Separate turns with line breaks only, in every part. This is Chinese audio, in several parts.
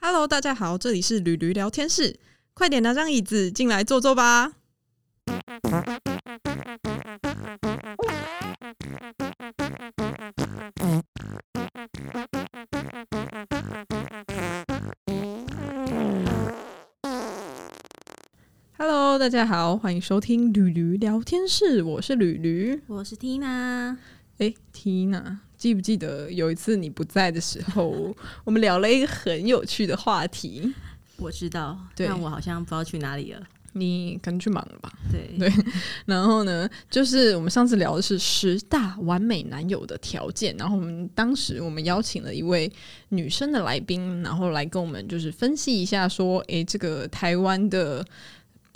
Hello，大家好，这里是驴驴聊天室，快点拿张椅子进来坐坐吧。Hello，大家好，欢迎收听驴驴聊天室，我是驴驴。
我是 Tina，
诶 t i n a 记不记得有一次你不在的时候，我们聊了一个很有趣的话题？
我知道，
对
但我好像不知道去哪里了。
你可能去忙了吧？
对，
对然后呢，就是我们上次聊的是十大完美男友的条件，然后我们当时我们邀请了一位女生的来宾，然后来跟我们就是分析一下说，诶，这个台湾的。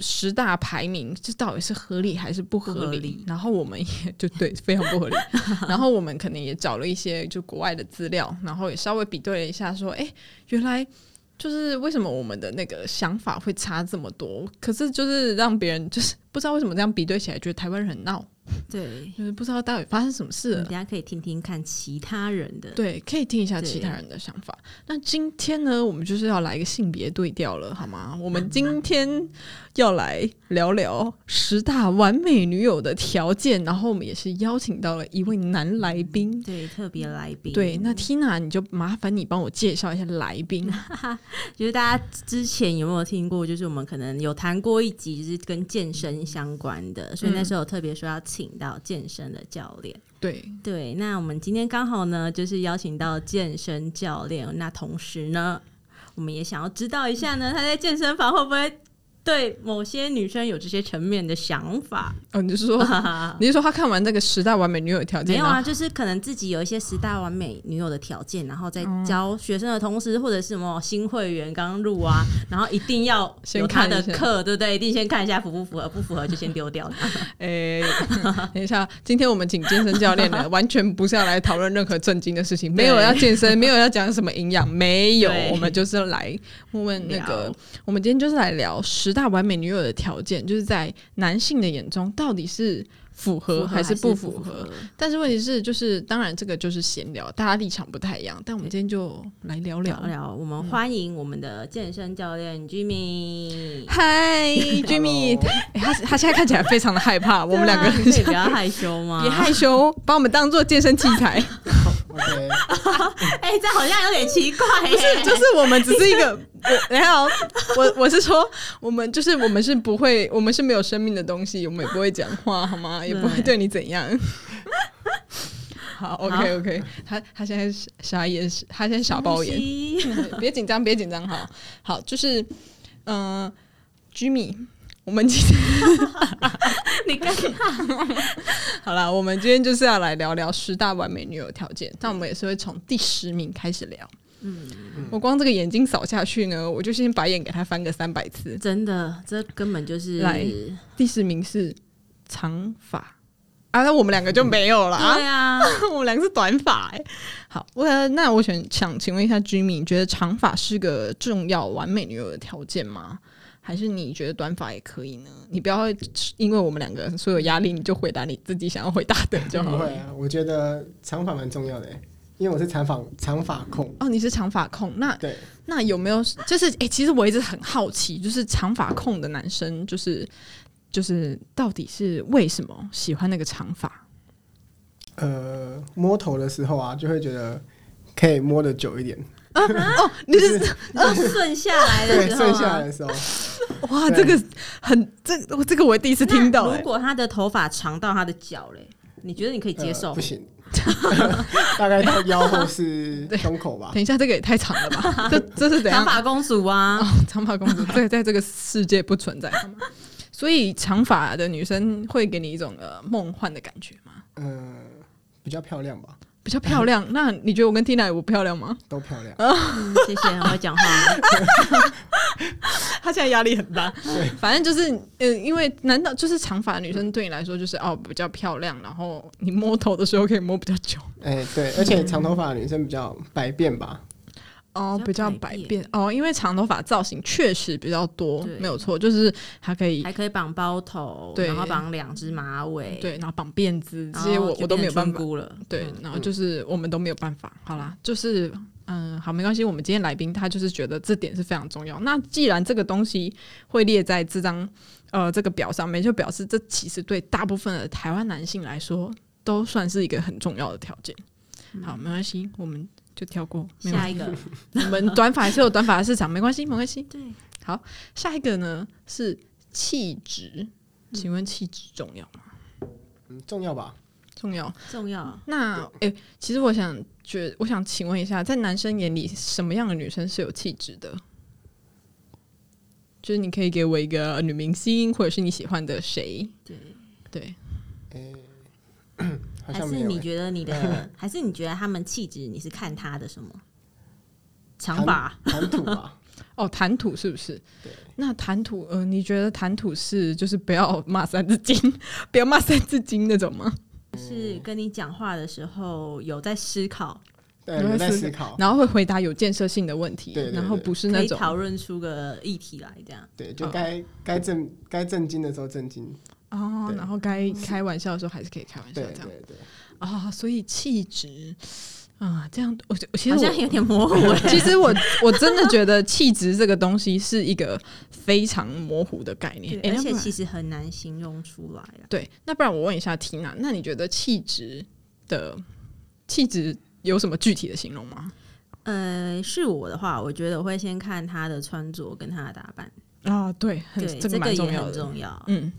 十大排名，这到底是合理还是不合理？
不合理
然后我们也 就对非常不合理。 然后我们可能也找了一些就国外的资料，然后也稍微比对了一下，说，诶，原来就是为什么我们的那个想法会差这么多？可是就是让别人就是不知道为什么这样比对起来，觉得台湾人很闹，
对，
就是不知道到底发生什么
你
事
等
了。
一下可以听听看其他人的。
对，可以听一下
对
其他人的想法。那今天呢，我们就是要来一个性别对调了，好吗？我们今天要来聊聊十大完美女友的条件，然后我们也是邀请到了一位男来宾。
对，特别来宾。
对，那 Tina，你就麻烦你帮我介绍一下来宾。
就是大家之前有没有听过？就是我们可能有谈过一集，就是跟健身相关的，所以那时候有特别说要请到健身的教练。
对，
对，那我们今天刚好呢，就是邀请到健身教练。那同时呢，我们也想要知道一下呢，他在健身房会不会对某些女生有这些层面的想法？
哦，你是说， 你是说他看完这个十大完美女友的条件，
没有
然
啊，
后
就是可能自己有一些十大完美女友的条件，然后在
嗯
教学生的同时，或者是什么新会员刚入啊，然后一定要
先
有他
看一
的
下
课，对不对？一定先看一下符不符合，不符合就先丢掉。
哎、 等一下，今天我们请健身教练来，完全不是要来讨论任何正经的事 情，
对
没有要健身，没有要讲什么营养，没有
对，
我们就是来问问那个
聊，
我们今天就是来聊十大完美女友的条件，就是在男性的眼中到底是符合还是不符合？但是问题是，就是当然这个就是闲聊，大家立场不太一样，但我们今天就来聊聊
聊。聊，我们欢迎我们的健身教练 Jimmy。
嗨，Jimmy，哎他他现在看起来非常的害 怕，我们两个
对啊
人
可以啊不要害 羞吗
别？害羞，把我们当做健身器 材。
OK，
哎、这好像有点奇怪、欸，
不 是，就是我们只是一个，我然后我我是说，我们就是我们是不会，我们是没有生命的东西，我们也不会讲话，好吗？也不会对你怎样。 好，OK OK，他他现在是傻眼，他现在傻包 眼，
眼。
别紧张，别紧张，好好，就是嗯、呃、，Jimmy，我们今天
你刚刚
好啦，我们今天就是要来聊聊十大完美女友条件，但我们也是会从第十名开始聊。嗯，我光这个眼睛扫下去呢，我就先白眼给他翻个三百次。
真的，这根本就是
来
对
第十名是长发啊，那我们两个就没有了啊，
啊，
我们两个是短发、欸。好，我那我想想请问一下 Jimmy，你觉得长发是个重要完美女友的条件吗？还是你觉得短发也可以呢？你不要因为我们两个所有压力，你就回答你自己想要回答的就好
不
了
会。啊，我觉得长发蛮重要的欸，因为我是长发长发控。
哦，你是长发控，那
对，
那有没有就是诶，其实我一直很好奇，就是长发控的男生，就是就是到底是为什么喜欢那个长发？
呃，摸头的时候啊，就会觉得可以摸的久 一点，
哦，你是
就顺 下来的
对，
时候、啊，
剩下来的时候，
哇，这
对
个很这我这个我第一次听到、哎
那
诶
如果他的头发长到他的脚嘞，你觉得你可以接受？
呃 不行，大概到腰或是胸口吧。
等一下，这个也太长了吧？这这是怎样
长？发公主啊，
哦，长发公主在在这个世界不存在，好吗？所以长发的女生会给你一种呃梦幻的感觉吗？
嗯、比较漂亮吧，
比较漂亮。那你觉得我跟 Tina 我漂亮吗？
都漂亮。
嗯谢谢，很会讲话。
他现在压力很大。反正就是，嗯、因为难道就是长发的女生对你来说就是哦比较漂亮，然后你摸头的时候可以摸比较 久
哎、对，而且长头发的女生比较百变吧，
哦，比
比
较
较
百
百变
变哦，因为长头发造型确实比较多，
对
没有错，就是还可以
还可以绑包头，
对
然后绑两只马尾，
对，然后绑辫子这
然后
些我
哦就
我都没有
变
办
成
法
村，姑了。
对，然后就是我们都没有办法。好啦，就是嗯，好，没关系。我们今天来宾他就是觉得这点是非常重要。那既然这个东西会列在这张呃这个表上面，就表示这其实对大部分的台湾男性来说都算是一个很重要的条件。好，没关系，我们就跳过。没有
嗯下一个，
我们短发还是有短发的市场，没关系，没关系。
对，
下一个呢是气质，请问气质重要吗？
嗯，重要吧？
重要。
重要。
那诶、其实我想觉，我想请问一下，在男生眼里，什么样的女生是有气质的？就是你可以给我一个女明星，或者是你喜欢的谁？
对，
对，
好
还
像
是
没有、
哎
你
欸。
觉得 你的，还是你觉得他们气质，你是看他的什么？长
嗯
谈
发，
谈吐 吧，
哦，谈吐是不是
对？
那谈吐，呃，你觉得谈吐是就是不要骂三字经， 不要骂三字经那种吗？
是跟你讲话的时候有在思考，
对，
你会
有在
思
思考，
然后会回答有建设性的问题，
哦对对对
然后不是
可
那
以
种
讨论出个议题来，这样。
对，就
嗯
该该正该正经的时候正经，
哦，
对
然后该
嗯
开玩笑的时候还是可以开玩笑
对
这样
对对，
啊、所以气质啊、这样我我其实
好
我哎
像有 点模糊、欸，
其实我我真的觉得气质这个东西是一个非常模糊的概念，诶
对而且
那不然
其实很难形容出来啊啦。
对，那不然我问一下缇娜，那你觉得气质的气质有什么具体的形容吗？
呃，是我的话，我觉得我会先看他的穿着跟他的打扮，
啊，对，很
对，
这个
个
蛮重
也
要
很
的，
重要。
嗯，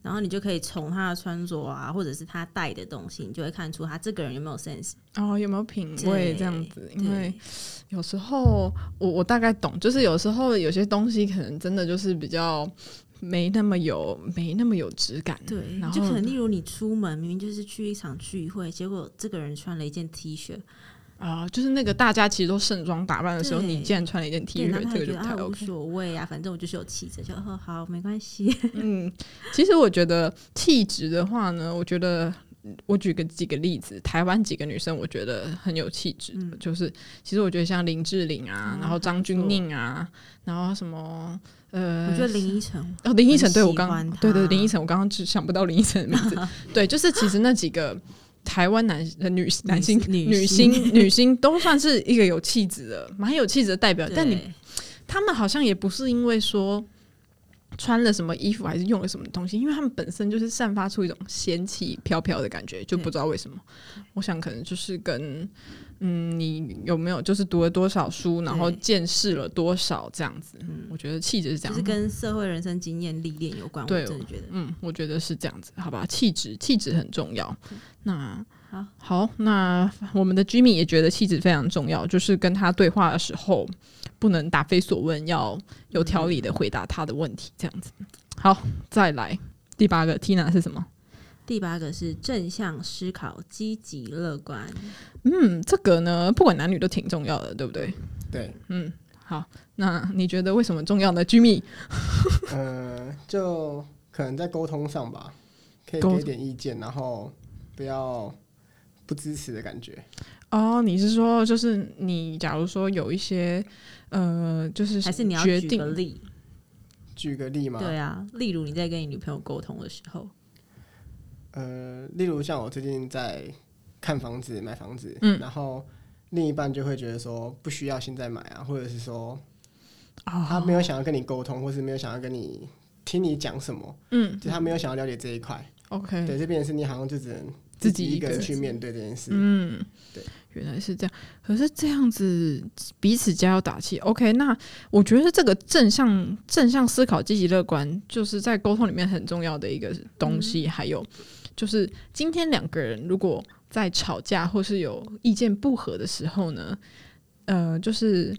然后你就可以从他的穿着啊，或者是他带的东西，你就会看出他这个人有没有 sense。
哦，有没有品味
对
这样子？因为
对，
有时候我我大概懂，就是有时候有些东西可能真的就是比较没那么有没那么有质感。
对
然，
就可
后
能例如你出门明明就是去一场聚会，结果这个人穿了一件 T 恤，
啊、就是那个大家其实都盛装打扮的时候，
对
你竟然穿了一件 T
对，然后
恤，
他
这
就
个就
觉得
不太
啊无
OK。
所谓啊，反正我就是有气质，就哦好没关系。
嗯， 其实我觉得气质的话呢，我觉得我举个几个例子，台湾几个女生我觉得很有气质，
嗯
就是其实我觉得像林志玲啊，
哦
然后张
不
钧
错
甯啊，然后什么呃，
我觉得林依晨
哦，林依晨，
很
对我
喜
刚
欢
对对
她
林依晨，我刚刚只想不到林依晨的 名字。对，就是其实那几个台湾男呃女男星、
女
女
星
星、女星都算是一个有气质的，蛮有气质的代表。但你
对
他们好像也不是因为说穿了什么衣服还是用了什么东西，因为他们本身就是散发出一种仙气飘飘的感觉，就不知道为什么。我想可能就是跟嗯，你有没有就是读了多少书，然后
对嗯
见识了多少这样子。我觉得气质是这样
就
子
是。跟社会人生经验历练有关，我
对
真的觉得。
嗯，我觉得是这样子，好吧？气质，气质很重要。那
嗯好
那我们的 Jimmy 也觉得气质非常重要，就是跟他对话的时候不能答非所问，要有条理的回答他的问题，这样子。好，再来第八个，Tina 是什么？
第八个是正向思考，积极乐观。
嗯，这个呢，不管男女都挺重要的，对不对？
对，
嗯，好，那你觉得为什么重要呢，Jimmy？
呃，就可能在沟通上吧，可以
沟
给
通
点意见，然后不要不支持的感觉，
哦，你是说就是你，假如说有一些呃，就是
还是你要
决
举个
定
例，
举个例嘛，
对啊，例如你在跟你女朋友沟通的时候，
呃，例如像我最近在看房子、买房子，
嗯
然后另一半就会觉得说不需要现在买啊，或者是说
啊
他没有想要跟你沟通，或是没有想要跟你听你讲什么，
嗯
就他没有想要了解这一块。
，OK，
对，这边是你好像就只能
嗯自己
己
一
一个人
个
去面对这件事。
嗯，
对，
原来是这样。可是这样子彼此加油打气，OK？那我觉得这个正向正向思考、积极乐观，就是在沟通里面很重要的一个东西。还有就是，今天两个人如果在吵架或是有意见不合的时候呢，呃，就是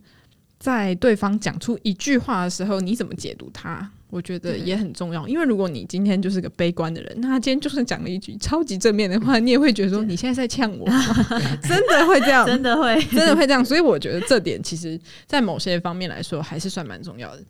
在对方讲出一句话的时候，你怎么解读他？我觉得
对
也很重要，因为如果你今天就是个悲观的人，那他今天就算讲了一句超级正面的话，你也会觉得说你现在在呛我吗， 真的会这样，
真的会
真的会这样。所以我觉得这点其实，在某些方面来说，还是算蛮重要的。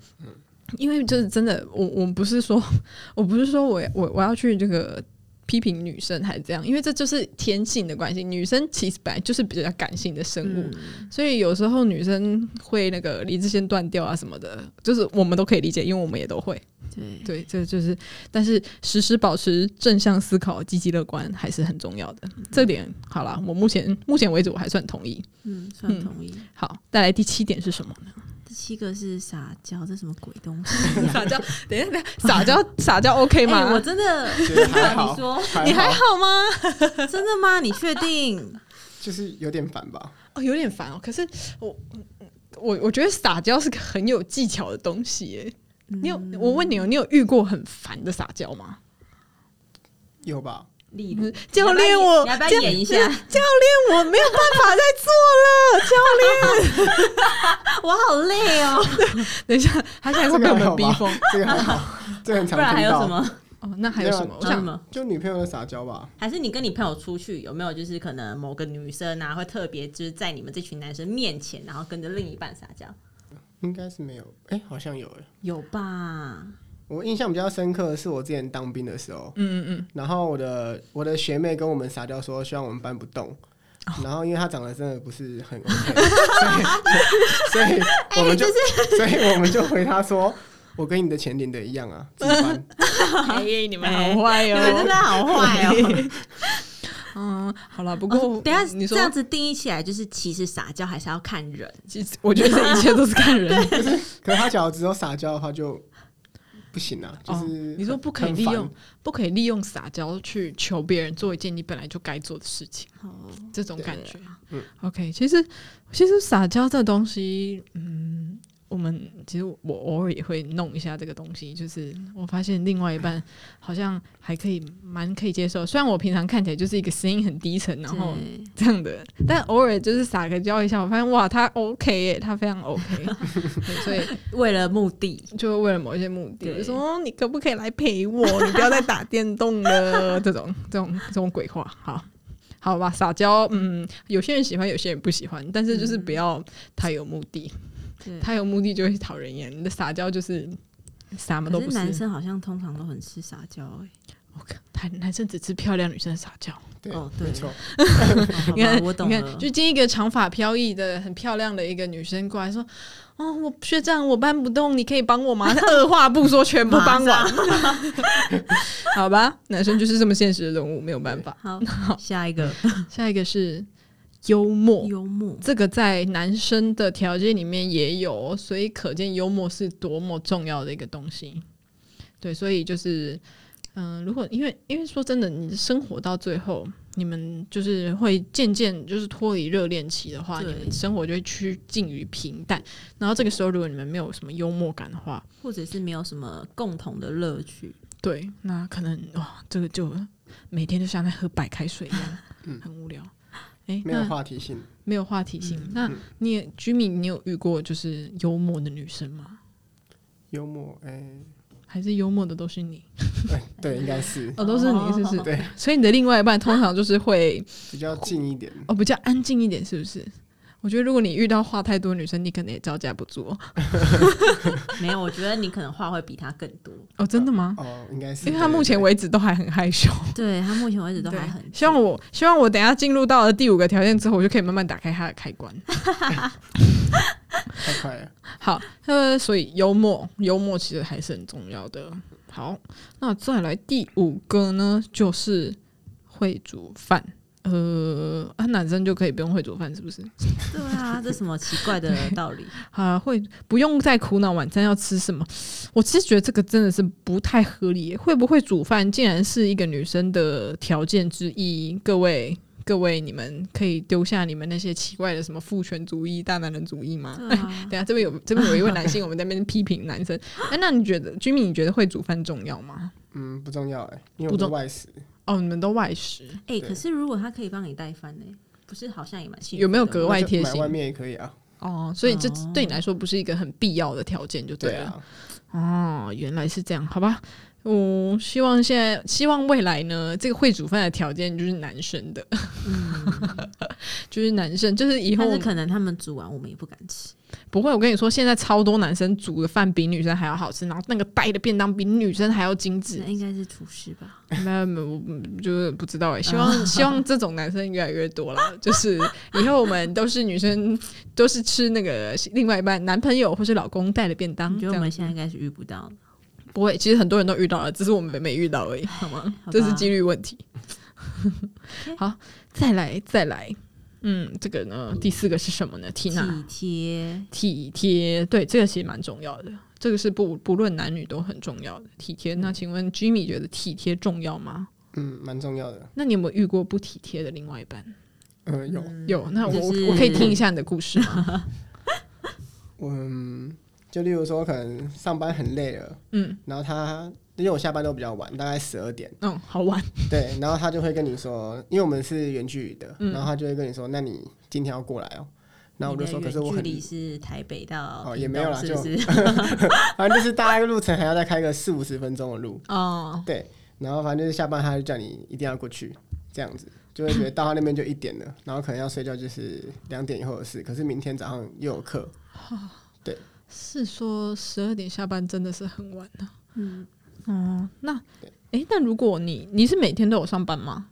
因为就是真的，我我不是说， 我不是说我我我要去这个批评女生还是这样，因为这就是天性的关系。女生其实本来就是比较感性的生
嗯
物，所以有时候女生会那个理智线断掉啊什么的，就是我们都可以理解，因为我们也都会。
对，
对，这就是，但是时时保持正向思考、积极乐观还是很重要的。这点好了，我目前目前为止我还算同意。
嗯，算同意。
好，再来第七点是什么呢？
第七个是撒娇，这什么鬼东西 呀、
撒娇，等一下，等一下，撒娇，撒娇 OK 吗？
哎我真的，
觉得还好
你说
你还
好，
好吗？
真的吗？你确定？
就是有点烦吧？
哦，有点烦哦。可是我我我觉得撒娇是个很有技巧的东西耶。你有我问你哦，你有遇过很烦的撒娇吗？
有吧？
例如
教练，我
你要不要
教
演一下？
教练，我没有办法再做了。教
我好累哦。
练，等一下，他现在会被我们 逼疯。
这个 还好，这个很
不
常
然还
听
有
到。
什？么？
哦，那还有什么？我
还有什
想
么？
就女朋友的撒娇吧。
嗯还是你跟你朋友出去，有没有就是可能某个女生啊，会特别就是在你们这群男生面前，然后跟着另一半撒娇？
应该是没有，哎、好像有哎。
有吧？
我印象比较深刻的是我之前当兵的时候，
嗯嗯嗯，
然后我的我的学妹跟我们撒娇说，希望我们搬不动。
哦
然后因为她长得真的不是很 OK，所以所以我
哎
们就、 所以我们就回她说，我跟你的前领的一样啊，自己 搬。
哎，你
们好
坏哦
你们真的好 坏哦！
嗯，好了，不过
等一下
你说
这样子定义起来，就是其实撒娇还是要看人。
其实我觉得这一切都是看人。
可是她假如只有撒娇的话就不行啊，就
哦
是、
你说不可以利用，不可以利用撒娇去求别人做一件你本来就该做的事情，
哦，
这种感觉。
嗯
OK，其实其实撒娇这东西，嗯，我们其实我我偶尔也会弄一下这个东西，就是我发现另外一半好像还可以蛮可以接受，虽然我平常看起来就是一个声音很低沉，然后
对
这样的，但偶尔就是撒个娇一下，我发现哇，他 OK 耶，他非常 OK，对 所以
为了目的，
就为了某一些目的，
对
就说哦你可不可以来陪 我？你不要再打电动了，这种这种这种鬼话，好。好吧，撒娇，嗯，有些人喜欢，有些人不喜欢，但是就是不要太有目的，
嗯对
太有目的就会讨人厌。你的撒娇就是什么都
可是
不是，
男生好像通常都很吃撒娇 哎、
我靠，男男生只吃漂亮女生的撒娇。
对，
哦对
没错，
好吧
你看，
我懂
你
了
看，。就今天一个长发飘逸的、很漂亮的一个女生过来说：“哦，我学长，我搬不动，你可以帮我吗？” 她二话不说，全部帮完。 好吧，男生就是这么现实的人物，没有办法。
好，下一个
下一个是幽默，
幽默，
这个在男生的条件里面也有哦，所以可见幽默是多么重要的一个东西。对，所以就是，嗯、如果因为因为说真的，你生活到最后，你们就是会渐渐就是脱离热恋期的话，你
对
们生活就会趋近于平淡。然后这个时候，如果你们没有什么幽默感的话，
或者是没有什么共同的乐趣，
对，那可能哇，这个就每天就像在喝白开水一样，很无聊。哎，
嗯没有
那
话题性。
没有话题性。那你也居民，你有遇过就是幽默的女生吗？
幽默，哎、
还是幽默的都是你？
哎 对，应 该是
哦，都是你，是不是？
对，
所以你的另外一半通常就是会
比较近一点。
哦比较安静一点，是不是？我觉得如果你遇到话太多的女生，你可能也招架不住
没 有。我觉得你可能话会比他更多。
哦。真的吗？
哦，应该是，
因为他目前
对
为止都还很害羞，
对他目前为止都
对
还很
希望我希望我等一下进入到了第五个条件之后，我就可以慢慢打开他的开关。
对对太快了。
好，呃，所以幽默，幽默其实还是很重要的。好，那再来第五个呢，就是会煮饭。呃，啊，男生就可以不用会煮饭，是不是？
对啊，这什么奇怪的道理？
啊，会不用再苦恼晚餐要吃什么。我其实觉得这个真的是不太合理耶，会不会煮饭竟然是一个女生的条件之一？各位。各位，你们可以丢下你们那些奇怪的什么父权主义、大男人主义吗？
对啊，
等一下，这边有这边有一位男性，我们在那边批评男生。哎、那你觉得，Jimmy，你觉得会煮饭重要吗？
嗯，不重要哎、因为
不
我是
重
外食，
哦，你们都外食，
哎、
对
可是如果他可以帮你带饭呢，不是好像也蛮幸福的吗？
有没有格
那
外
就
贴
买
心
外？面也可以啊。
哦，所以这
哦
对你来说不是一个很必要的条件，就
对
了。
啊，
哦，原来是这样，好吧。我、希望现在，希望未来呢，这个会煮饭的条件就是男生的， 就是男生，就是以后
但是可能他们煮完我们也不敢吃。
不会。我跟你说，现在超多男生煮的饭比女生还要好吃，然后那个带的便当比女生还要精致
那。应该是厨师吧？
没有没有，我我就是不知道哎、希
啊
望希望这种男生越来越多啦。就是以后我们都是女生，都是吃那个另外一半男朋友或是老公带的便当，
我觉
这
得我
样
们现在应该是遇不到的。
不会，其实很多人都遇到了，只是我们没遇到而已，好 吗？
好吧
这是几率问题。 好，再来，再来。嗯，这个呢，第四个是什么呢？Tina，
体贴，
体贴，对，这个其实蛮重要的，这个是不不论男女都很重要的体贴。
嗯
那请问 Jimmy 觉得体贴重要吗？
嗯，蛮重要的。
那你有没有遇过不体贴的另外一半？
嗯，有，
有，那我、
就是
我可以听一下你的故事吗？
我嗯，就例如说，可能上班很累了，
嗯，
然后他因为我下班都比较晚，大概十二点，
嗯，好玩，
对，然后他就会跟你说，因为我们是远距离的，
嗯
然后他就会跟你说，那你今天要过来哦。然后我就说，
你的
可是我
远距
很
离是台北到
哦
屏
也没有
东
啦
是不？
就是反正就是大概路程还要再开个四五十分钟的路，
哦，
对，然后反正就是下班他就叫你一定要过去，这样子就会觉得到他那边就一点了，然后可能要睡觉就是两点以后的事，可是明天早上又有课，
是说十二点下班真的是很晚啊呢、
嗯，
哦，那诶，但如果你你是每天都有上班吗？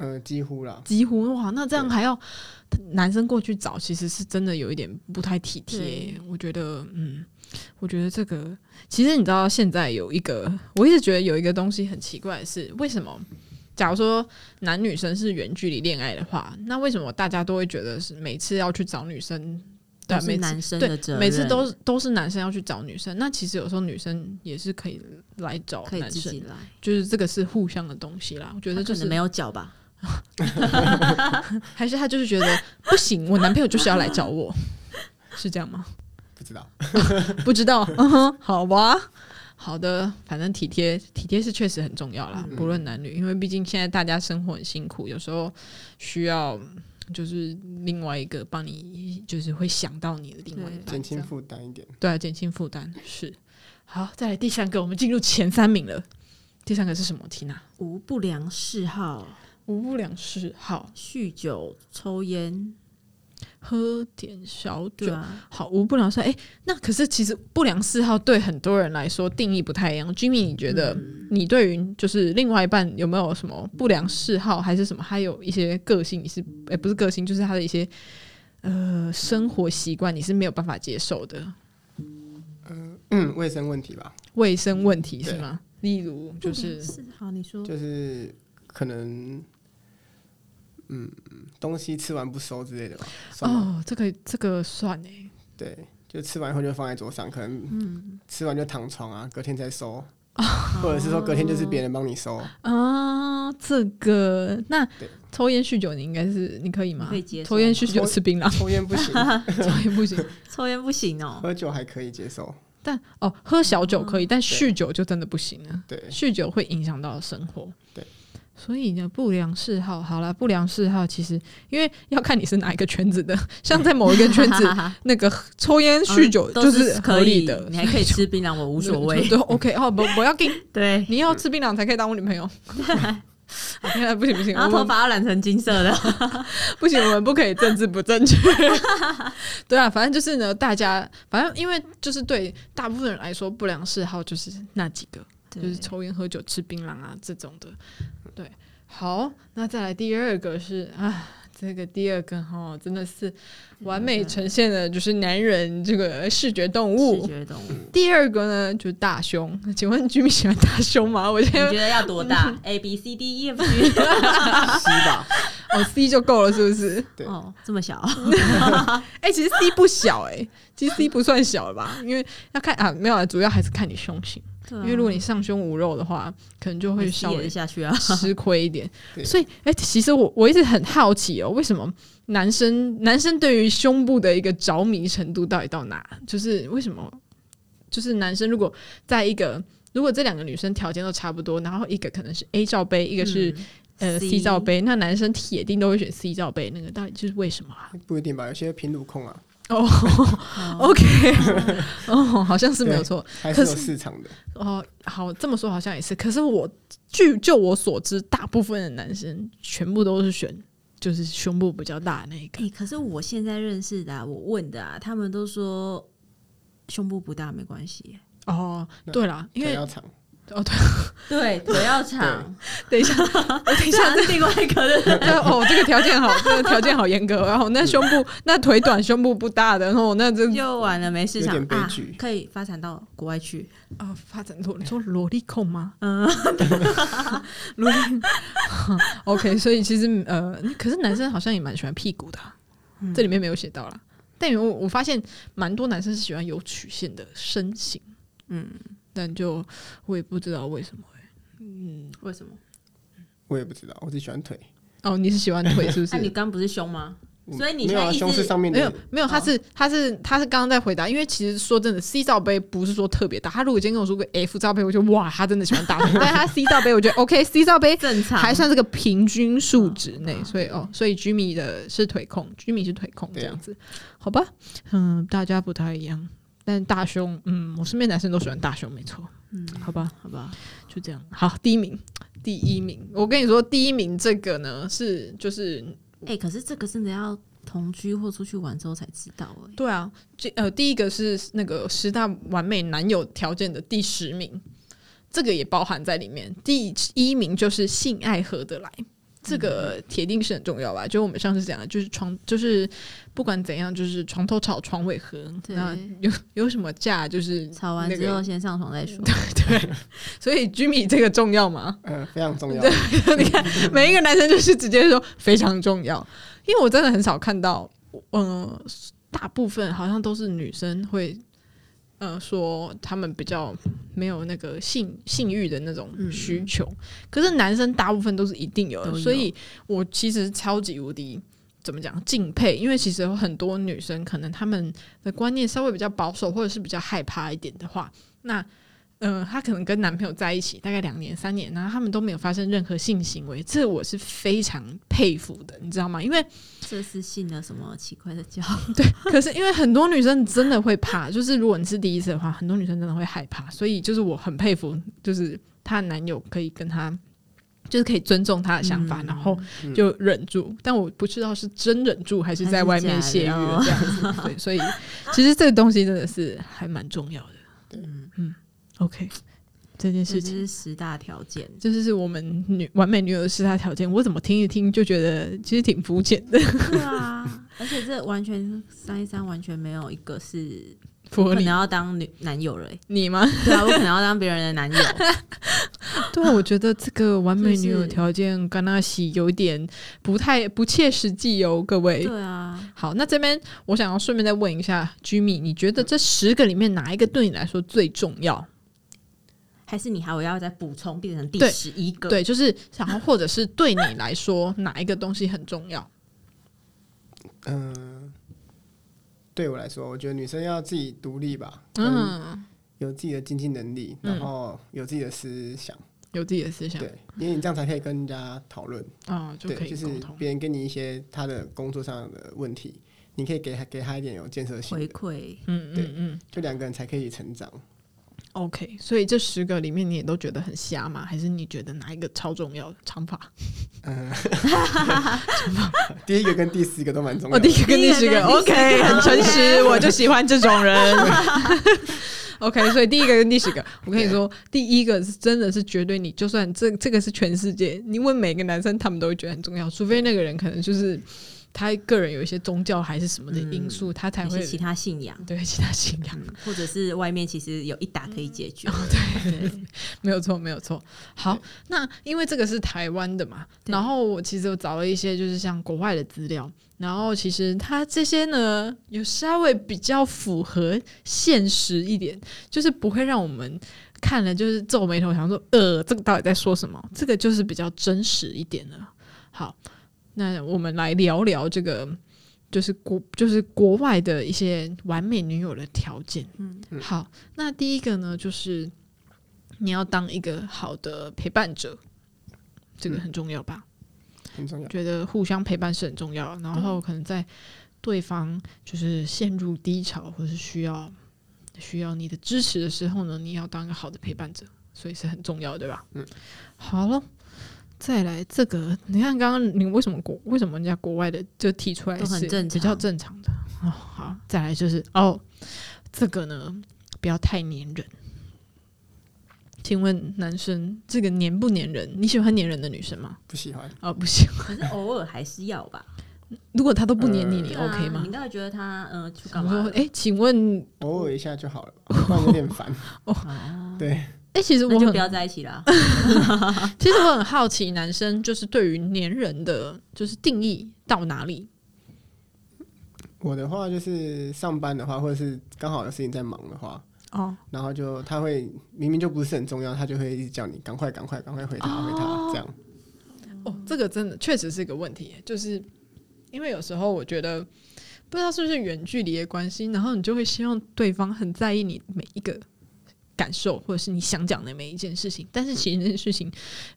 嗯、几乎啦，
几乎哇，那这样还要男生过去找，其实是真的有一点不太体贴
对。
我觉得，嗯，我觉得这个其实你知道，现在有一个，我一直觉得有一个东西很奇怪的是，为什么？假如说男女生是远距离恋爱的话，那为什么大家都会觉得是每次要去找女生？对啊
都，是
每次
男生的责
对，
任，
每次都是都是男生要去找女生。那其实有时候女生也是可以来找
可以
男
自
生
己，来，
就是这个是互相的东西啦。我觉
他
得就
可
是
能没有脚吧？
还是他就是觉得 不行，我男朋友就是要来找我， 是这样吗？
不知道，
不知道，嗯哼，好吧，好的，反正体贴体贴是确实很重要啦，
嗯
不论男女，因为毕竟现在大家生活很辛苦，有时候需要就是另外一个帮你，就是会想到你的另外一半，
减轻
这样
负担一点。
对啊，减轻负担是。好，再来第三个，我们进入前三名了。第三个是什么？缇娜，
无不良嗜好，
无不良嗜好，
酗酒、抽烟，
喝点小酒
对，啊，
好，无不良嗜好，哎、那可是其实不良嗜好对很多人来说定义不太一样。Jimmy，你觉得你对于就是另外一半有没有什么不良嗜好，还是什么？还有一些个性，你是哎、不是个性，就是他的一些呃生活习惯，你是没有办法接受的
嗯，卫生问题吧，
卫生问题
对
是吗？例如就
不
是
良嗜好，你说
就是可能，嗯，东西吃完不收之类的吧，算吗？
哦，这个这个算哎、
对，就吃完以后就放在桌上，可能吃完就躺床啊，隔天再收，或者是说隔天就是别人帮你收。
啊，这个那
对
抽烟酗酒你应该是你可以
你
吗？
可以接受
抽烟
吗
酗酒
抽
吃槟榔，
抽烟不行，
抽烟不行。
抽烟不行哦，
喝酒还可以接受。
但哦，喝小
嗯
酒可以，但酗酒就真的不行了。
对，
酗酒会影响到生活。
对，
所以呢，不良嗜好，好了，不良嗜好其实因为要看你是哪一个圈子的，像在某一个圈 子，那个抽烟酗酒
嗯
就
都
是
是
合
可
理
以
的
你。还可以吃槟榔，我无所谓。
对，OK，哦，不，我要跟
对，
你要吃槟榔才可以当我女朋友。 啊天啊，不行不行，
然后
我们
头发要染成金色的，
不行，我们不可以政治不正 确。对啊，反正就是呢，大家反正因为就是对大部分人来说，不良嗜好就是那几个，就
对
是抽烟、喝酒、吃槟榔啊这种的。对，好，那再来第二个是啊，这个第二个哈，真的
嗯
是完美呈现了就是男人这个视觉动
视
物。
觉动物。
第二个呢，就是大胸。请问居民喜欢大胸吗？我现
你
在
觉得要多 大？A B C D E F G
吸吧，
哦 C 就够了，是不是？
对
哦，这么小，
哎、其实 C 不小哎、其实 C 不算小了吧？因为要看啊，没有啊，主要还是看你胸型。
因
因为如
嗯
果你上胸无肉的话，可能就会稍微
下去啊，
吃亏一点。
对
所以，哎、其实我我一直很好奇哦，为什么男生男生对于胸部的一个着迷程度到底到哪？就是为什么？就是男生如果在一个如果这两个女生条件都差不多，然后一个可能是 A 罩杯，一个是、
嗯
呃 C 罩，杯，那男生铁定都会选 C 罩杯，那个到底就是为什么啊？
不一定吧？有些平乳控啊，
哦、o k 哦，好像是没有错
还是有
可是
市场的。
哦。好，这么说好像也是。可是我据就我所知，大部分的男生全部都是选就是胸部比较大的那一个
哎、。可是我现在认识的、啊，我问的啊，他们都说胸部不大没关系耶、
哦，对啦，因
腿
为
要长，
哦，对，
对，腿要长，
等一下，我 等一
这
下
样是另外一个对不对？
对哦，这个条件好，这个条件好严格。然后那胸部，那腿短，胸部不大的，然后那这
又完了，没市场
有点悲
啊
剧，
可以发展到国外去。
啊，发展裸，你说萝莉控吗
嗯，
？OK，所以其实呃，可是男生好像也蛮喜欢屁股的啊、
嗯
这里面没有写到啦。但我我发现蛮多男生是喜欢有曲线的身形，
嗯，
但就我也不知道为什么欸、
为什么？
我也不知道，我只喜欢腿。
哦，你是喜欢腿是不是
那？你刚不是胸吗？
我
所以你
没
现
有
在
啊，
一直
胸是上 面
没有
的，
没有，他
哦
是他是他是刚刚在回答，因为其实说真的，C 罩杯不是说特别大。他如果今天跟我说个 F 罩杯，我就哇，他真的喜欢大腿， 但他 C 罩杯，我觉得 OK，C 罩杯
正常
还算是个平均数值内，所以哦，所以 Jimmy 的是腿控，Jimmy 是腿控这
对啊
样子，好吧？嗯，大家不太一样，但大胸，嗯，我身边男生都喜欢大胸，没错，嗯，好吧，
好吧？
就这样。好，第一名，第一名，我跟你说，第一名这个呢是就是
哎、可是这个真的要同居或出去玩之后才知道哎、
对啊，这呃，第一个是那个十大完美男友条件的第十名，这个也包含在里面。第一名就是性爱合得来，这
嗯
个铁定是很重要吧？就我们上次讲的，就是床，就是不管怎样，就是床头吵，床尾和。
对
那有有什么架，就是
吵完
那
之
个
后先上床再说。
所以 Jimmy 这个重要 吗？
嗯，非常重要。
你看，每一个男生就是直接说非常重要，因为我真的很少看到，嗯、呃，大部分好像都是女生会，呃，说他们比较没有那个性性欲的那种需求，可是男生大部分都是一定有的，
嗯都有
所以我其实超级无敌。怎么讲敬佩？因为其实有很多女生，可能她们的观念稍微比较保守，或者是比较害怕一点的话，那嗯，她可能跟男朋友在一起大概两年、三年，然后他们都没有发生任何性行为，这我是非常佩服的，你知道吗？因为
这是信了什么奇怪的教？
可是因为很多女生真的会怕，就是如果你是第一次的话，很多女生真的会害怕，所以就是我很佩服，就是她的男友可以跟她。就是可以尊重她的想法，然后就忍住。但我不知道是真忍住还是在外面泄欲了
还
这样子。对， 所以其实这个东西真的是还蛮重要的。嗯，OK，这件
这
事
就
情
是十大条件。
这就是我们女完美女友的十大条件。我怎么听一听就觉得其实挺肤浅的，
对啊， 而且这完全三一三完全没有一个是
符
我
合
可能
你
要当女男友了、欸。
你吗？
对啊，我可能要当别人的男友。
对啊，我觉得这个完美女
是不
友
是
条件甘纳西有一点不太不切实际哦，各位。
对啊，
好，那这边我想要顺便再问一下 Jimmy，你觉得这十个里面哪一个对你来说最重要？
还是你还我要再补充变成第
对
十一个？
对，就是然后或者是对你来说哪一个东西很重要？
嗯，对我来说，我觉得女生要自己独立吧， 嗯，
嗯，
有自己的经济能力，
嗯
然后有自己的思想，
有自己的思想
对，因为你这样才可以跟人家讨论，
啊、就可
对，
以
就是
沟通。
别人给你一些他的工作上的问题，你可以给他给他一点有建设性
回
的，
馈
嗯
对
嗯嗯
就两个人才可以成长。
，OK。所以这十个里面，你也都觉得很瞎吗？还是你觉得哪一个超重要？长发？
嗯，第一个跟第四个都蛮重
哦，
要
第
的
一。个跟第十个
第一个跟第十
，OK，
个
很诚
OK
实，我就喜欢这种 人。OK，所以第一个跟第十个，我跟你说，第一个是真的是绝对你，就算这这个是全世界，你问每个男生，他们都会觉得很重要，除非那个人可能就是他个人有一些宗教还是什么的因素，他才
一
会
嗯些其他信仰，
对其他信仰。
或者是外面其实有一打可以解
哦
决。对，
没有错，没有错。好，那因为这个是台湾的嘛，
对
然后我其实有找了一些就是像国外的资料，然后其实它这些呢有稍微比较符合现实一点，就是不会让我们看了就是皱眉头，想说呃这个到底在说什么？这个就是比较真实一点了。好，那我们来聊聊这个。就是国就是国外的一些完美女友的条件，
嗯，
好，那第一个呢，就是你要当一个好的陪伴者，这个很重要吧？
很重要。
觉得互相陪伴是很重要，然
嗯
后可能在对方就是陷入低潮或是需要需要你的支持的时候呢，你要当一个好的陪伴者，所以是很重要的，对吧？
嗯，
好了。再来这个，你看刚刚你为什么国为什么人家国外的就提出来
都很
是
正常
比较正常的哦？好，再来就是哦，这个呢不要太粘人，请问男生这个黏不黏人？你喜欢黏人的女生吗？
不喜欢。
啊、不喜欢。
可是偶尔还是要吧。
如果她都不黏你，你
对啊
OK 吗
你？应该会觉得他呃去
我
干嘛
说
了？，
哎、请问，
偶尔一下就好了，不然有点烦。
哦
对，
哎、其实
那
我
就不
很，
要在一起啦。
其实我很好奇，男生就是对于黏人的，就是定义到哪里？
我的话就是上班的话，或者是刚好有事情在忙的话，
哦，
然后就他会明明就不是很重要，他就会一直叫你赶快赶快赶快回答回答这样。
哦，这个真的确实是一个问题，就是因为有时候我觉得不知道是不是远距离的关系，然后你就会希望对方很在意你每一个感受，或者是你想讲的每一件事情，但是其实那件事情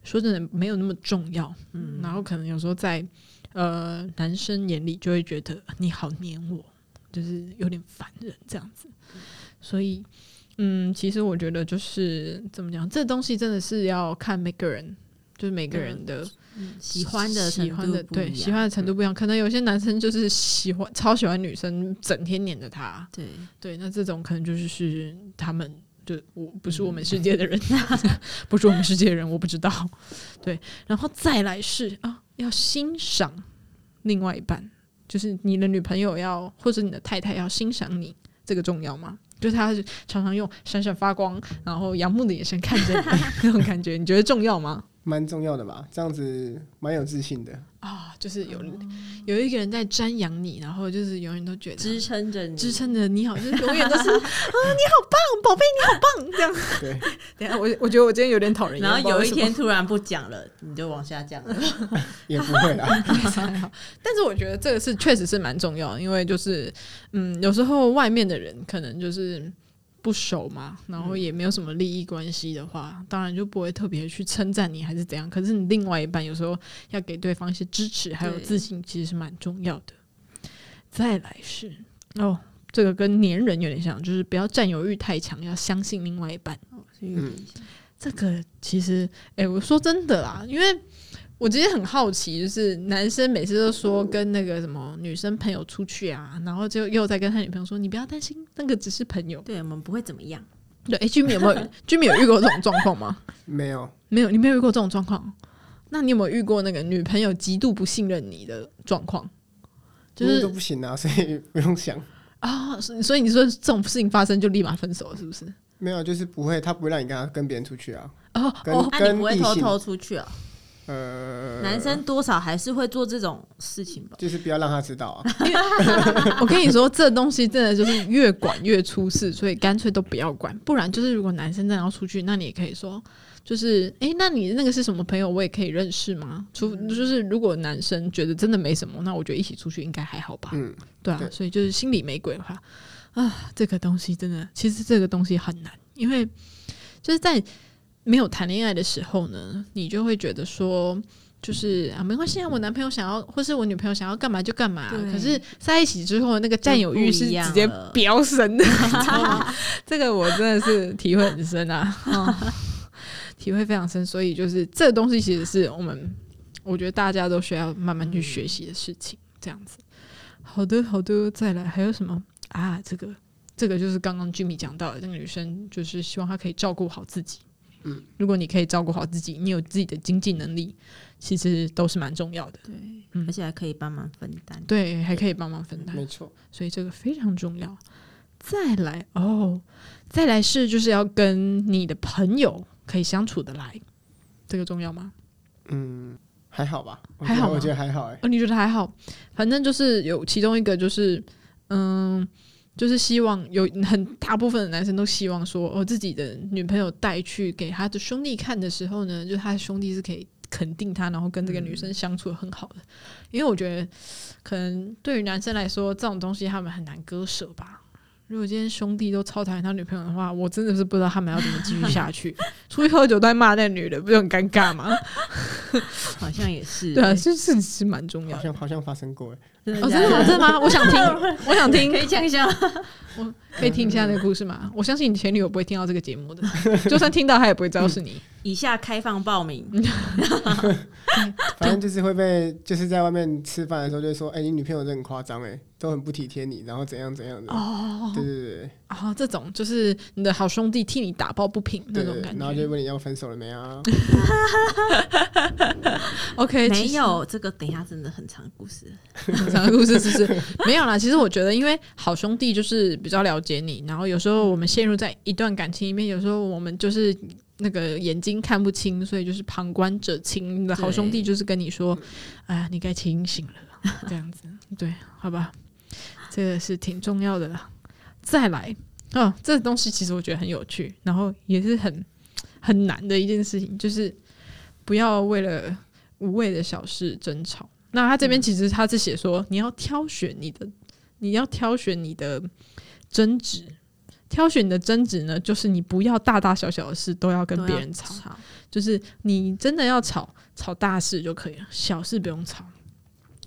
说真的没有那么重要，嗯，然后可能有时候在呃男生眼里就会觉得你好黏我，就是有点烦人这样子，所以。嗯，其实我觉得就是怎么讲，这东西真的是要看每个人，就是每个人的
喜欢的程
嗯喜
度
欢的
不一
对
样
喜欢的程度不一样，嗯可能有些男生就是喜欢超喜欢女生，整天黏着她，
对，
对，那这种可能就是是他们就我不是我们世界的人， 不是我们世界的人，我不知道，对，然后再来是啊，要欣赏另外一半，就是你的女朋友要或者你的太太要欣赏你，这个重要吗？就是她常常用闪闪发光，然后仰慕的眼神看着你那种感觉，你觉得重要吗？
蛮重要的吧，这样子蛮有自信的。
啊，就是有、有一个人在瞻仰你，然后就是永远都觉得
支撑着你，
支撑着你好，就是永远都 是啊，你好棒，宝贝，你好棒，这样。
对，
等一下我我觉得我今天有点讨人厌，
然后有一
不知道为
天突然不讲了，你就往下 降了。
也不会啦。
什么还好， 但是我觉得这个是确实是蛮重要的，因为就是嗯，有时候外面的人可能就是。不熟嘛，然
嗯
后也没有什么利益关系的话，当然就不会特别去称赞你还是怎样。可是你另外一半有时候要给对方一些支持，还有
对
自信，其实是蛮重要的。再来是哦，这个跟黏人有点像，就是不要占有欲太强，要相信另外一半。
嗯
这个其实，哎、我说真的啦，因为我今天很好奇，就是男生每次都说跟那个什么女生朋友出去啊，然后就又在跟他女朋友说，你不要担心，那个只是朋友。
对我们不会怎么样，
对，哎、居 j 有 没有居 i 有遇过这种状况吗？
没有，
没有，你没有遇过这种状况。那你有没有遇过那个女朋友极度不信任你的状况？就
因为
是
都不行啊，所以不用想。
啊、所所以你说这种事情发生就立马分手，是不是？
没有，就是不会，他不会让你跟他跟别人出去啊。
哦
跟
哦，
那、你
跟
不会
异
偷
性
偷出去哦？
呃，
男生多少还是会做这种事情吧？
就是不要让他知道啊。
我跟你说，这东西真的就是越管越出事，所以干脆都不要管。不然就是，如果男生真的要出去，那你也可以说，就是诶，那你那个是什么朋友，我也可以认识吗？除就是，如果男生觉得真的没什么，那我觉得一起出去应该还好吧。
嗯，
对啊，
对
所以就是心里没鬼的话，啊，这个东西真的，其实这个东西很难，因为就是在没有谈恋爱的时候呢，你就会觉得说。就是啊，没关系啊，我男朋友想要，或是我女朋友想要干嘛就干嘛、
对
可是在一起之后，那个占有欲是
就不一样
直接
了
飙升 的，你知道吗？这个我真的是体会很深啊，嗯 体会非常深。所以就是这个东西，其实是我们我觉得大家都需要慢慢去学习的事情，这样子。好的，好的，再来还有什么啊？这个，这个就是刚刚 Jimmy 讲到的，那个女生就是希望她可以照顾好自己。嗯，如果你可以照顾好自己，你有自己的经济能力，其实都是蛮重要的。
对，而且还可以帮忙分担。
对，还可以帮忙分担，
没错。
所以这个非常重要。再来哦，再来是就是要跟你的朋友可以相处的来，这个重要吗？
嗯，还好吧，我
还
觉得
好吗
我觉得还好哎、
哦，你觉得还好？反正就是有其中一个就是，嗯，就是希望有很大部分的男生都希望说，哦，自己的女朋友带去给他的兄弟看的时候呢，就他的兄弟是可以肯定他，然后跟这个女生相处的很好的。因为我觉得，可能对于男生来说，这种东西他们很难割舍吧。如果今天兄弟都超讨厌他女朋友的话，我真的是不知道他们要怎么继续下去。出去喝酒都在骂那女的，不是很尴尬吗？
好像也是，
对啊，这是是蛮重要
好
的。
像好像发生过哎，
哦，真的吗？真的吗？我想听， 我想听
可，以讲一下吗，
我可以听一下那个故事吗？ 我相信你前女友不会听到这个节目的， 就算听到，她也不会知道是你。
以下开放报名，
反正就是会被，就是在外面吃饭的时候就会说，哎、你女朋友真的很夸张哎，都很不体贴你，然后怎样怎样的，
哦
对对对
哦，这种就是你的好兄弟替你打抱不平那
对
种
对对，
感
然后就会
觉。
问你要分手了没啊？
OK，
没
其实
有这个，等一下真的很长的故事。
讲的故事是不是 没有啦？其实我觉得，因为好兄弟就是比较了解你，然后有时候我们陷入在一段感情里面，有时候我们就是那个眼睛看不清，所以就是旁观者清。你的好兄弟就是跟你说：“
嗯
哎呀，你该清醒了。”这样子，对，好吧，这个是挺重要的啦。再来，哦，这东西其实我觉得很有趣，然后也是很很难的一件事情，就是不要为了无谓的小事争吵。那他这边其实他是写说，你要挑选你的，你要挑选你的争执，挑选你的争执呢，就是你不要大大小小的事都要跟
都
别
要
人吵，
啊吵，
就是你真的要吵，吵大事就可以了，小事不用吵。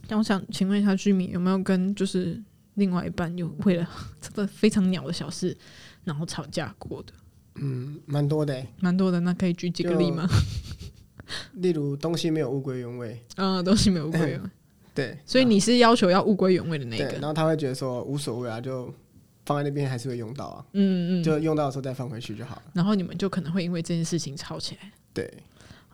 那我想请问一下居民，有没有跟就是另外一半有为了这个非常鸟的小事，然后吵架过的？
嗯，蛮多的哎，
蛮多的，那可以举几个例吗？
例如东西没有物归原位，
嗯，都是没有物归原位，
对，
所以你是要求要物归原位的那一
哎对，
个
然。后他会觉得说无所谓啊，就放在那边还是会用到啊，
嗯嗯，
就用到的时候再放回去就好了。
然后你们就可能会因为这件事情吵起来
对，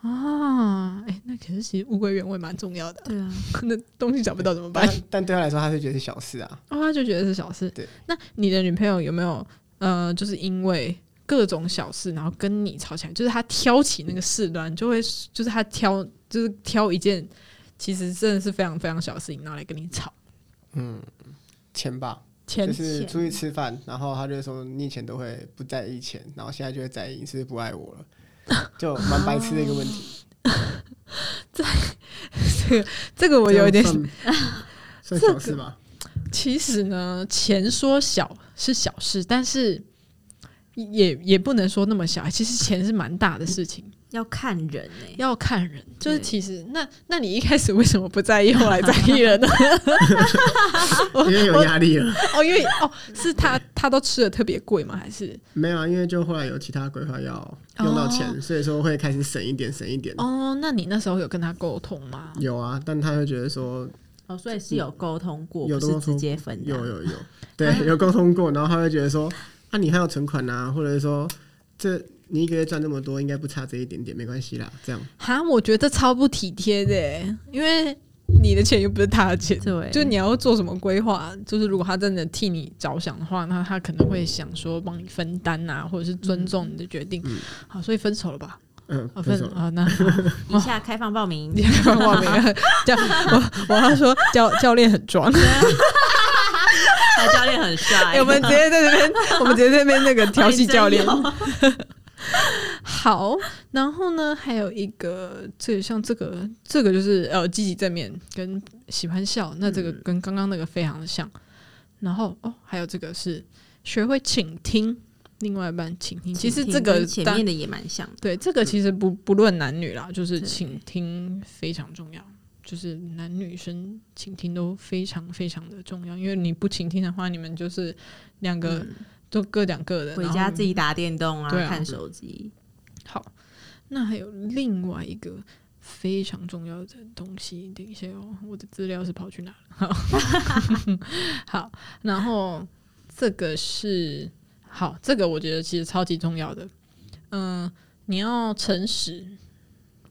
啊！哎、那可是其实物归原位蛮重要的，
对啊，
那东西找不到怎么办
但？但对他来说，他会觉得是小事啊。
哦，他就觉得是小事。
对，
那你的女朋友有没有呃，就是因为各种小事，然后跟你吵起来？就是她挑起那个事端，就会就是她挑就是挑一件其实真的是非常非常小的事情，拿来跟你吵。
钱吧，
钱
就
啊、
是
钱
出去吃饭，然后他就说你以前都会不在意钱，然后现在就会在意，你是不是不爱我了？就蛮白痴的一个问题。
这个哦我有一点
这样 算算小事吧？
其实呢，钱说小是小事，但是也也不能说那么小。其实钱是蛮大的事情，
要看人哎、
要看人。就是
对
其实那那你一开始为什么不在意，后来在意了呢？
因为有压力了，
哦，因为哦，是他他都吃的特别贵吗？还是
没有啊，因为就后来有其他规划要
哦
用到钱，所以说会开始省一点，省一点。
哦？那你那时候有跟他沟通吗？
有啊，但他会觉得说
哦，所以是有沟通过，
有
不
沟
是
通
直接分的啊、
有有 有，对，有沟通过，然后他会觉得说，啊，你还有存款啊，或者是说，这你一个月赚这么多，应该不差这一点点，没关系啦，这样。
哈，我觉得超不体贴的耶，因为你的钱又不是他的钱。
对，
就你要做什么规划，就是如果他真的替你着想的话，那他可能会想说帮你分担啊，或者是尊重你的决定。好，所以分手了吧？
嗯，
啊，嗯
分
分
手
手
了。
啊，那 好
以下开放报名
你，看我没 有教我，我要说教教练很装。
他教练很帅，
哎、我们直接在这边，我们直接在这边那个调戏教练。 好，然后呢，还有一个，这个像这个，这个就是呃，积极正面跟喜欢笑，那这个跟刚刚那个非常的像。然后哦，还有这个是学会倾听，另外一半倾听。其实这个
跟前
当
面的也蛮像的，
对这个其实不不论男女啦，就是
嗯对
倾听非常重要，就是男女生倾听都非常非常的重要，因为你不倾听的话，你们就是两个、都各讲各的，
嗯回
然后
家自己打电动啊，
对啊
看手机，
好。那还有另外一个非常重要的东西，等一下哦，我的资料是跑去哪了？好，好然后这个是好，这个我觉得其实超级重要的，嗯、你要诚实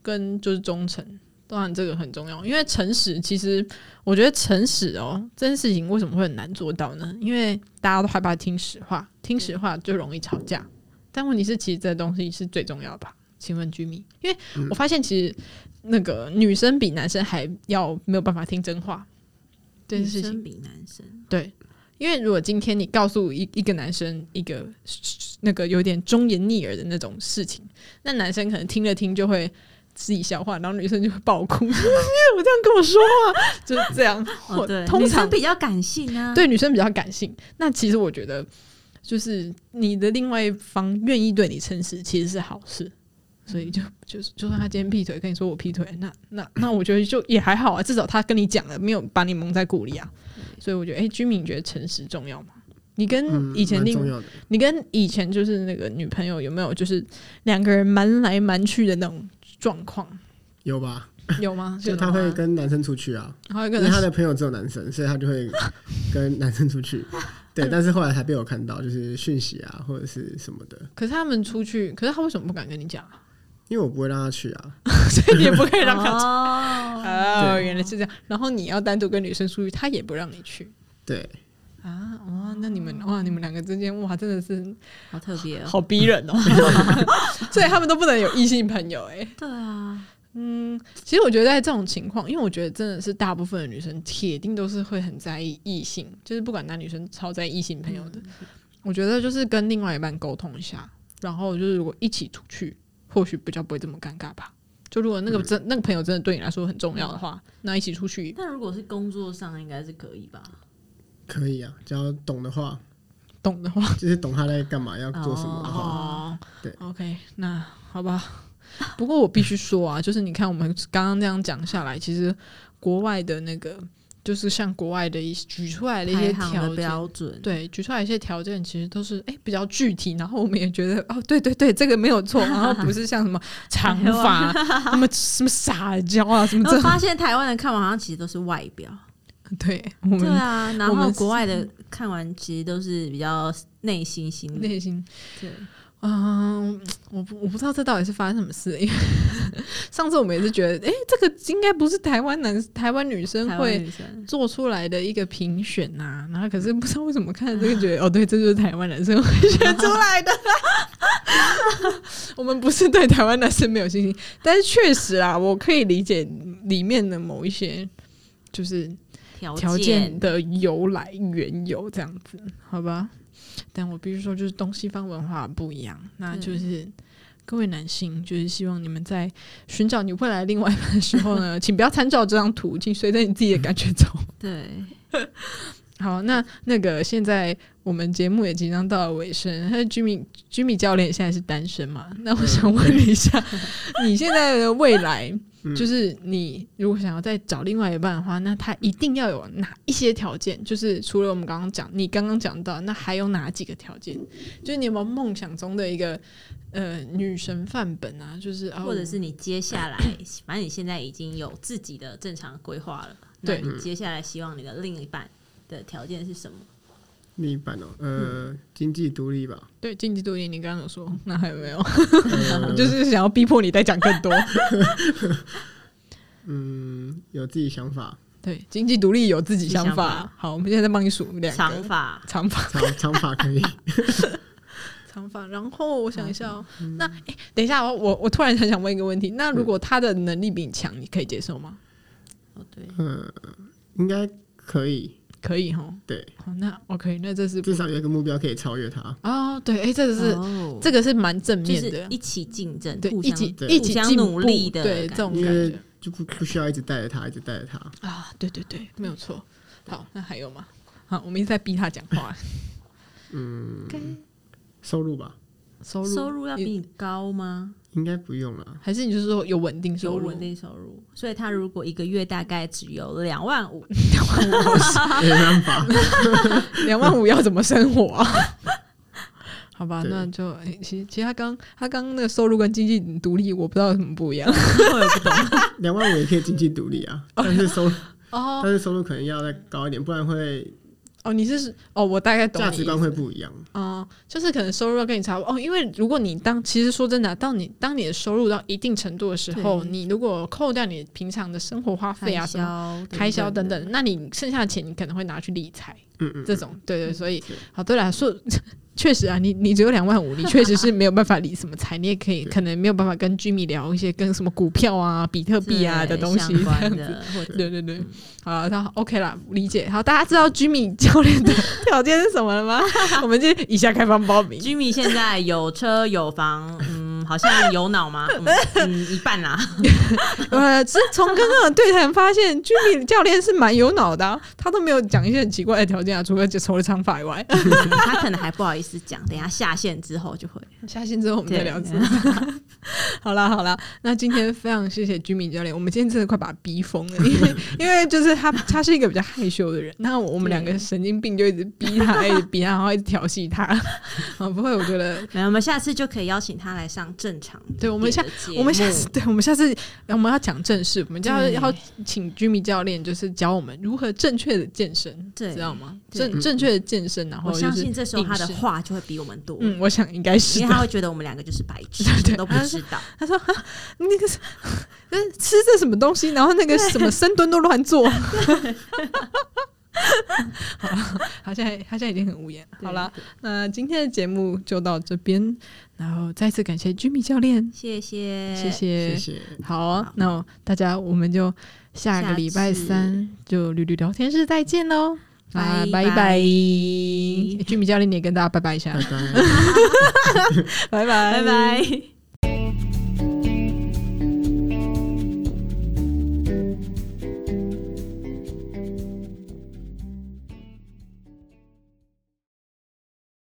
跟就是忠诚，当然这个很重要，因为诚实其实我觉得诚实哦这件事情为什么会很难做到呢？因为大家都害怕听实话，听实话就容易吵架。但问题是，其实这东西是最重要的吧？请问居民，因为我发现其实那个女生比男生还要没有办法听真话这
女
件事情。
生比男生，
对，因为如果今天你告诉一一个男生一个那个有点忠言逆耳的那种事情，那男生可能听了听就会自己消化，然后女生就会爆哭， 因为我这样跟我说话，就是这样。
哦，对，
通
女
常
生比较感性啊，
对女生比较感性。那其实我觉得，就是你的另外一方愿意对你诚实，其实是好事。所以就就是就算他今天劈腿跟你说我劈腿，那那那我觉得就也还好啊，至少他跟你讲了，没有把你蒙在鼓里啊。所以我觉得，哎、居民，你觉得诚实重要吗？你跟
嗯
以前
蛮
另、
重要的，
你跟以前就是那个女朋友有没有就是两个人瞒来瞒去的那种状况？
有吧？
有吗？
就
他
他会跟男生出去啊，
还有一
因
个
为他
人
的朋友只有男生，所以他 就会跟男生出去。对，但是后来还被我看到，就是讯息啊或者是什么的，
可是他们出去，可是他为什么不敢跟你讲啊？
因为我不会让他去啊。
所以你也不可以让他讲。
哦，
哦，
对
原来是这样。然后你要单独跟女生出去，他也不让你去
对，
啊。哇，那你们哇，你们两个之间哇，真的是
好特别哦。
好逼人 哦。所以他们都不能有异性朋友哎、
对啊，
嗯，其实我觉得在这种情况，因为我觉得真的是大部分的女生铁定都是会很在意异性，就是不管男女生超在意异性朋友的。我觉得就是跟另外一半沟通一下，然后就是如果一起出去，或许比较不会这么尴尬吧。就如果那个真、那个朋友真的对你来说很重要的话，那一起出去
但如果是工作上，应该是可以吧？
可以啊，只要懂的话，
懂的话，
就是懂他在干嘛，要做什
嗯
么的话，
哦，
对
，OK，那好吧。 不过我必须说啊，就是你看我们刚刚这样讲下来，其实国外的那个，就是像国外的一些举出来的一些
排行
条
的
件，
标准，
对，举出来一些条件，其实都是哎、比较具体，然后我们也觉得哦，对对对，这个没有错，然后不是像什么长
没有
发
啊、
什么什么撒娇啊，什么
我
这
发现台湾人看完好像其实都是外表，
对我们
对啊，然
我们
后
是
国外的看完其实都是比较内心型的，
内心
对，
嗯，我不我不知道这到底是发生什么事，因为 上次我们也是觉得，哎、这个应该不是台湾男台湾女生
台湾
会
女生嗯
做出来的一个评选呐、然后可是不知道为什么看了
啊
这个觉得，哦，对，这就是台湾男生会选出来的。我们不是对台湾男生没有信心，但是确实啊，我可以理解里面的某一些就是
条
条件的由来缘由这样子，好吧？但我必须说，就是东西方文化不一样，那就是。各位男性，就是希望你们在寻找你未来另外一半的时候呢，请不要参照这张图，请随着你自己的感觉走。
对，
好，那那个现在我们节目也即将到了尾声，那 Jimmy Jimmy 教练现在是单身嘛？
嗯
那我想问你一 下，你现在的未来，
嗯
就是你如果想要再找另外一半的话，那他一定要有哪一些条件？就是除了我们刚刚讲，你刚刚讲到，那还有哪几个条件？就是你有没有梦想中的一个呃女神范本啊？就是啊，
或者是你接下来，反正你现在已经有自己的正常规划了，那
对嗯
你接下来希望你的另一半的条件是什么？
另一半哦，
嗯
呃，经济独立 吧，
对经济独立，你刚刚有说，那还有没有？
嗯
呃
就是想要逼迫你再讲更多。
嗯，有自己想法，
对，经济独立有自己想法。
想法
好，我们现在帮你数两个
长发，
长发，
长长发可以，
长发。然后我想一下哦，那哎、诶等一下哦，我我突然很想问一个问题，那如果他的能力比你强，你可以接受吗？
哦对，
嗯，应该可以，
可以哈。
对，
好，那 OK，那这是
至少有一个目标可以超越他。
哦，对，哎、这个是、
哦
这个是蛮正
就
面
是
的，
一起竞争，
对，
互
一
相
起
对
一起
互相
进步
努力的
对这
感
种
因
感
为
觉嗯
就不不需要一直带着他，一直带着他。
啊，对对对，没有错。好，那还有吗？好，我们一直在逼他讲 话。
嗯，收入吧，
收入
收入要比你高吗？
应该不 用了。
还是你就是说有稳定
有
收入？
稳定收入，所以他如果一个月大概只有两万五，
没办法，
两万五要怎么生活啊？ 好吧，
对
那就、诶其实其实他刚他刚那个收入跟经济独立，我不知道有什么不一样
我也不懂。
两万五也可以经济独立啊，但是收入但
哦
是收入可能要再高一点，不然会
哦，你是哦，我大概懂
价
你
值
意
观
思
会不一样。
哦、就是可能收入要跟你差不多哦，因为如果你当其实说真的啊、当你当你的收入到一定程度的时候，
对
你如果扣掉你平常的生活花费啊什么。
销、
开销等等，那你剩下的钱你可能会拿去理财，
嗯嗯，
这种对对，所以
对
好对啦，说 确实啊，你你只有两万五， 你确实是没有办法理什么财，你也可以
对
可能没有办法跟居民聊一些跟什么股票啊、比特币啊的
对
东西
相
这样
关
子。
的，或者
对对
嗯
对，好啦，那 OK 啦，理解。好，大家知道居民教练的条 件是什么了吗？我们就以下开放报名。
Jimmy 现在有车有房，嗯，嗯，好像有脑吗？ 嗯，嗯一半啦。
呃，是从跟那种对谈发现，居民教练是蛮有脑的啊、他都没有讲一些很奇怪的条件啊，除了就除了长发以外。
他可能还不好意思讲，等一下下线之后就会。
下线之后我们再聊这个。 好啦好啦，那今天非常谢谢居民教练，我们今天真的快把他逼疯了，因 为因为就是他他是一个比较害羞的人，那我们两个神经病就一直逼他，一直逼他，然后一直调戏 他。啊，不会，我觉得
没有，我们下次就可以邀请他来上正常一点的节目。
对我们下我们下次，对我们下次我们要讲正事，我们就要
对
要请居民教练，就是教我们如何正确的健身，
对
知道吗？
对
正正确的健身，然后
我
就是
相信这时候他的
饮食，
话就会比我们多，
嗯，我想应该是
因为
吧。
他会觉得我们两个就是白痴，
对
什么都不
他
知道。
他说哈：“那个是那吃这什么东西，然后那个什么深蹲都乱 做。”好了，他现在他现在已经很无言。
对
好了，，那今天的节目就到这边，然后再次感谢 Jimmy 教练，
谢谢，
谢谢
哎谢谢，
好
好，
那大家我们就下个
下
礼拜
次
三就绿绿聊天室再见喽！啊，拜
拜拜
拜！居米教练，你也跟大家拜拜一下
拜，拜。
拜拜
拜拜。